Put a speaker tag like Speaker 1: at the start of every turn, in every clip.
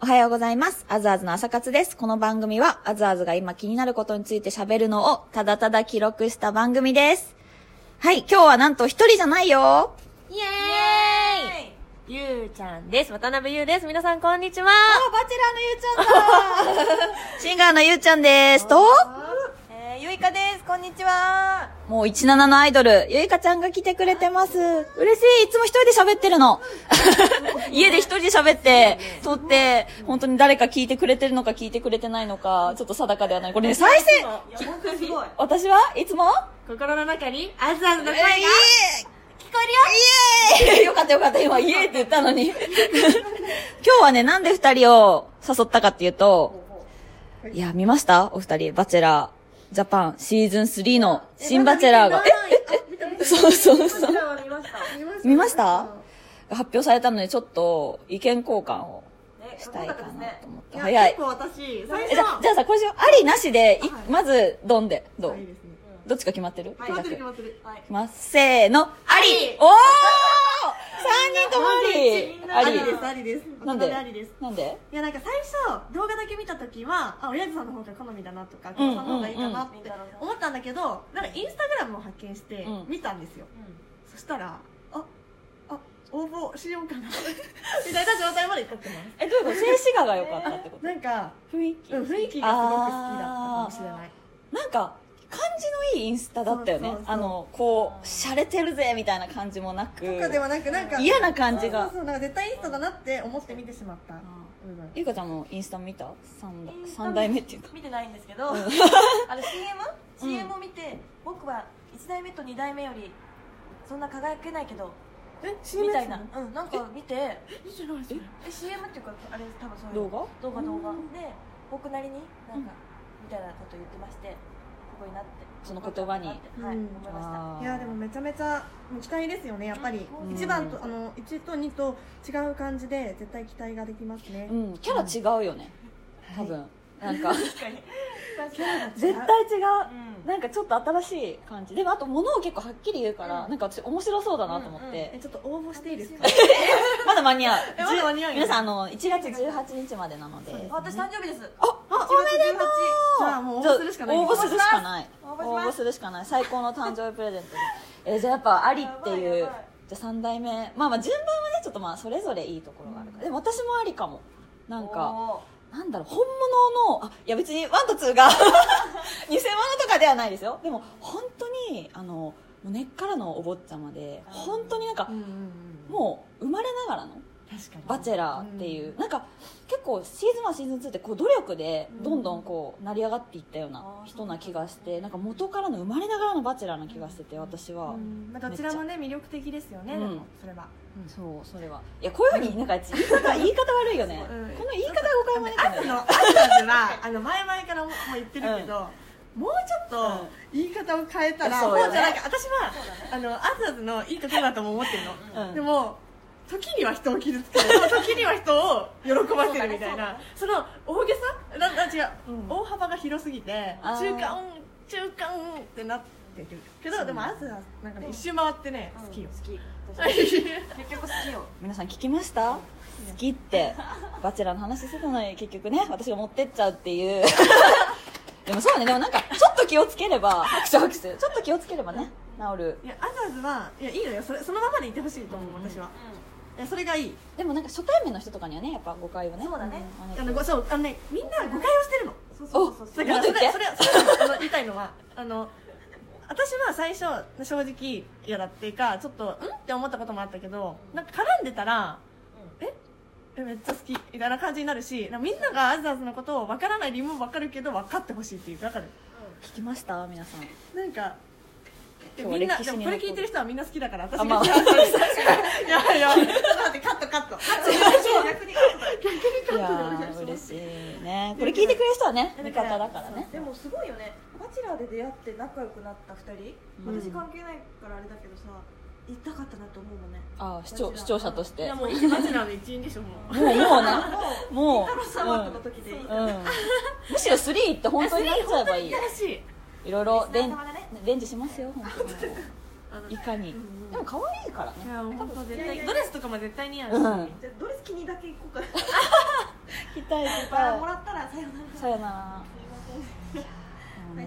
Speaker 1: おはようございます。あずあずの朝活です。この番組は、あずあずが今気になることについて喋るのを、ただただ記録した番組です。はい、今日はなんと一人じゃないよ
Speaker 2: イエーイゆうちゃんです。渡辺ゆうです。皆さんこんにちは。
Speaker 1: バチェラーのゆうちゃんだシンガーのゆうちゃんです。と、
Speaker 2: えー、ゆいかです。こんにちは。
Speaker 1: もう17のアイドル、ゆいかちゃんが来てくれてます。嬉しい。いつも一人で喋ってる の。家で一人で喋って、撮って、本当に誰か聞いてくれてるのか聞いてくれてないのか、ちょっと定かではない。これね、再生、
Speaker 2: 本当にすごい。
Speaker 1: 私はいつも
Speaker 2: 心の中に、あずあずの声が聞こ
Speaker 1: ええー、よかったよかった、今、イエーって言ったのに。今日はね、なんで二人を誘ったかっていうと、いや、見ましたお二人、バチェラー、ジャパン、シーズン3の新バチェラーが。え、え、そうそうそう。
Speaker 2: えるよ。
Speaker 1: 見ました発表されたので、ちょっと意見交換をしたいかなと思って。早い
Speaker 3: 結。構私、最
Speaker 1: え
Speaker 3: 初
Speaker 1: じゃあ、じゃあさ、これしよう。ありなしで、いまず、ドンで。どうどっちか決まってる
Speaker 3: 決まってる決
Speaker 1: い
Speaker 3: まってる。はい。
Speaker 1: きます。せーの、ありおー三人ともあり
Speaker 3: あ
Speaker 1: あ
Speaker 3: り
Speaker 1: り
Speaker 3: です、ありです。
Speaker 1: なん
Speaker 3: 大人
Speaker 1: で
Speaker 3: ありです。
Speaker 1: なんで
Speaker 3: いや、なんか最初、動画だけ見たときは、あ、親父さんの方が好みだなとか、久保さんの方がいいかなっ
Speaker 2: うんうん
Speaker 3: て
Speaker 2: うん
Speaker 3: 思ったんだけど、なんかインスタグラムを発見して
Speaker 1: うん、
Speaker 3: 見たんですよ。そしたら、あ、あ、応募しようかな、 みたいな状態まで至ってます。
Speaker 1: え、どういうこと静止画が良かったってこ
Speaker 3: なんか、
Speaker 1: 雰囲気
Speaker 3: うん、雰囲気がすごく好きだったかもしれない。
Speaker 1: なんか、感じのいいインスタだったよね
Speaker 3: そうそう。そう
Speaker 1: あの、こう、洒落てるぜみたいな感じもなく
Speaker 3: と、かではなく、なんか、
Speaker 1: 嫌な感じが
Speaker 3: そうそうそう、なんか絶対いい人だなって思って見てしまった。部分
Speaker 1: ゆうかちゃんもインスタ見た三代三代目っていうか。
Speaker 2: 見てないんですけど、あの CM?CM、を見て、僕は1代目と2代目より、そんな輝けないけど、
Speaker 3: え、知
Speaker 2: み
Speaker 3: り
Speaker 2: た
Speaker 3: た
Speaker 2: い
Speaker 3: い
Speaker 2: な
Speaker 3: な。。
Speaker 2: うん、なんか見て、え
Speaker 3: 見てないそれ
Speaker 2: CM っていうか、あれ多分そういう。
Speaker 1: 動画
Speaker 2: 動画動画
Speaker 3: うん
Speaker 2: で僕なりにな
Speaker 1: うん
Speaker 2: んかみたいなこと言ってましてすごいなって
Speaker 1: その言葉に
Speaker 2: はい思い
Speaker 3: うん
Speaker 2: ま
Speaker 3: いやでもめちゃめちゃ期待ですよねやっぱり
Speaker 2: うん
Speaker 3: 一番とあの一と二と違う感じで絶対期待ができますね
Speaker 1: うん、キャラ違うよね。多分。なんか、
Speaker 2: した確かに確
Speaker 3: キャ
Speaker 2: か
Speaker 3: ラが違う
Speaker 1: 絶対違う。
Speaker 2: に
Speaker 1: なんかちょっと新しい感じでもあと物を結構はっきり言うから、
Speaker 2: うん
Speaker 1: なんか私面白そうだなと思って、
Speaker 2: うんうん
Speaker 3: えちょっと応募していいですか
Speaker 1: まだ間に合う
Speaker 3: えまだ間に合うよ
Speaker 1: 皆さんあの1月18日までなので
Speaker 2: 私誕生日です
Speaker 1: ああ
Speaker 2: おめでとう
Speaker 3: じゃあもう応募するしかない
Speaker 1: 応募するしかない
Speaker 2: 応
Speaker 1: 応
Speaker 2: 募し
Speaker 1: 募
Speaker 2: ます
Speaker 1: するしかない最高の誕生日プレゼントでえじゃあやっぱありっていうじ
Speaker 2: やばいやば
Speaker 1: ゃ
Speaker 2: い
Speaker 1: あ3代目まあまあ順番はねちょっとまあそれぞれいいところがあるから、でも私もありかもなんかなんだろう本物のあいや別に1と2が 偽物とかではないですよでも本当にあのもう根っからのお坊ちゃまで本当になんか
Speaker 3: うんうんうん
Speaker 1: もう生まれながらの
Speaker 3: 確かに
Speaker 1: バチェラーっていう、なんか結構シーズン1シーズン2ってこう努力でどんどんこう成り上がっていったような
Speaker 2: あー
Speaker 1: 人な気がしてなんか元からの生まれながらのバチェラーな気がしてて私は、
Speaker 3: うんまあどちらもね魅力的ですよね
Speaker 1: うん
Speaker 3: でもそれは
Speaker 1: そうそれはいやこういうふうになんか言い方言い方悪いよ ね、
Speaker 3: うん
Speaker 1: この言い方が誤解もね
Speaker 3: あずのあずはあの前々からももう言ってるけどもうちょっと言い方を変えたら
Speaker 1: そう
Speaker 3: もう
Speaker 1: よね
Speaker 3: じゃあなんか私はあのあずあずのいいところだとも思ってるの
Speaker 1: うん
Speaker 3: でも時には人を傷 つけるでも時には人を喜ばせるみたいなその大げさなな違う、
Speaker 1: うん
Speaker 3: 大幅が広すぎて
Speaker 1: あー
Speaker 3: 中間中間ってなってるけど、
Speaker 1: そう
Speaker 3: でも朝なんかね一周回ってね、
Speaker 2: うん
Speaker 3: 好きよ
Speaker 2: 好き私
Speaker 3: 結
Speaker 2: 結局好きよ
Speaker 1: 皆さん聞きました好きってバチェラーの話してたのに結局ね私が持ってっちゃうっていうでもそうねでもなんかちょっと気をつければ拍手拍手ちょっと気をつければね治る
Speaker 3: いや朝はいやいいのよそれそのままでいてほしいと思う、
Speaker 1: うん
Speaker 3: 私は、いやそれがいい
Speaker 1: でもなんか初対面の人とかにはねやっぱ誤解をね
Speaker 2: そうだね
Speaker 1: 招く
Speaker 3: あのごそうあのねみんな誤解をしてるの
Speaker 2: そうそうそう
Speaker 1: お
Speaker 2: そう
Speaker 3: だからそ
Speaker 1: もっと言
Speaker 3: れ
Speaker 1: って
Speaker 3: それそれそれあの言いたいのはあの私は最初正直嫌だっていうかちょっとんって思ったこともあったけどなんか絡んでたらえめっちゃ好きみたいな感じになるしなんかみんながアズアズのことを分からない理由も分かるけど分かってほしいっていうか分かる
Speaker 1: 聞きました皆さん
Speaker 3: なんかえ
Speaker 1: 今日は
Speaker 3: みんな
Speaker 1: 歴
Speaker 3: で
Speaker 1: 史に残
Speaker 3: もこ
Speaker 1: る
Speaker 3: れ聞いてる人はみんな好きだから私
Speaker 1: あま
Speaker 3: が
Speaker 1: あ
Speaker 3: 幸せです、やばいやばいちょっと待ってカットカットカットでお願いします
Speaker 1: いやー嬉しいねこれ聞いてくれる人はね 味方だからね
Speaker 2: でもすごいよねバチェラーで出会って仲良くなった二人
Speaker 1: うん
Speaker 2: 私関係ないからあれだけどさ行ったかったなと思うもんね
Speaker 1: あー視聴視聴者とし
Speaker 3: い
Speaker 1: て
Speaker 3: や
Speaker 1: も
Speaker 3: もう一マジなの一員でしょもう
Speaker 1: うもうねも
Speaker 2: 太郎さんはこの時でいい
Speaker 1: うん、うん、むしろ3って本当になっちゃえばいいよ
Speaker 3: 楽しい
Speaker 1: いろいろ
Speaker 2: リ
Speaker 1: 伝
Speaker 2: スナー様がね
Speaker 1: 伝授しますよ本
Speaker 3: あ
Speaker 1: 当
Speaker 3: の
Speaker 1: にいかに
Speaker 3: ん
Speaker 1: でも可愛いからね
Speaker 3: いやもう本当絶
Speaker 2: いやいやい
Speaker 3: 対
Speaker 2: や
Speaker 3: ドレスとかも絶対似合うし、
Speaker 1: うん
Speaker 2: じゃあドレス気にだけ行こうか
Speaker 1: きたい
Speaker 2: い
Speaker 1: 聞
Speaker 2: っ
Speaker 1: き
Speaker 2: ぱ
Speaker 1: た
Speaker 2: いも
Speaker 1: い
Speaker 2: らったらさよなら
Speaker 1: さよなら
Speaker 2: すいません
Speaker 1: もうね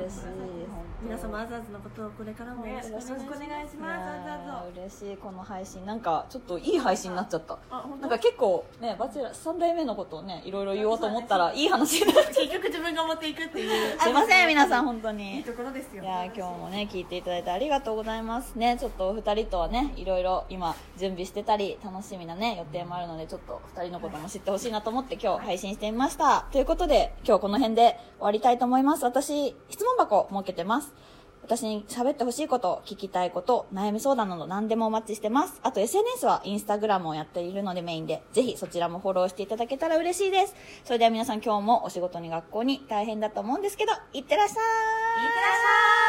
Speaker 1: 嬉しい本当
Speaker 3: 皆様アザーズのことをこれからもよろしくお願いし
Speaker 2: よろしくお
Speaker 3: ます
Speaker 2: 願いし
Speaker 1: い
Speaker 2: ますあざあ
Speaker 1: や
Speaker 2: ざ
Speaker 1: ー嬉しいこの配信なんかちょっといい配信になっちゃった
Speaker 3: あ本
Speaker 1: な
Speaker 3: 当
Speaker 1: んか結構ねバチェラー3代目のことをねいろいろ言おうと思ったらいい話になって
Speaker 3: 結局自分が持っていくっていう
Speaker 1: すいません皆さん本当
Speaker 3: いい
Speaker 1: に
Speaker 3: ところですよ
Speaker 1: いやー今日もね聞いていただいてありがとうございますねちょっとお二人とはねいろいろ今準備してたり楽しみなね予定もあるのでちょっと二人のことも知ってほしいなと思って今日配信してみましたということで今日この辺で終わりたいと思います私質問箱設けてます私に喋ってほしいこと、聞きたいこと、悩み相談など何でもお待ちしてます。あと SNS はインスタグラムをやっているのでメインで、ぜひそちらもフォローしていただけたら嬉しいです。それでは皆さん今日もお仕事に学校に大変だと思うんですけど、いってらっしゃいいってらっしゃい